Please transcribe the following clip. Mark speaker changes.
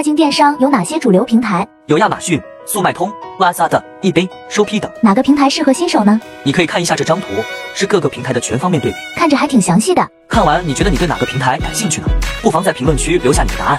Speaker 1: 跨境电商有哪些主流平台？
Speaker 2: 有亚马逊、速卖通、Lazada、eBay、Shopee 等。
Speaker 1: 哪个平台适合新手呢？
Speaker 2: 你可以看一下这张图，是各个平台的全方面对比。
Speaker 1: 看着还挺详细的。
Speaker 2: 看完，你觉得你对哪个平台感兴趣呢？不妨在评论区留下你的答案。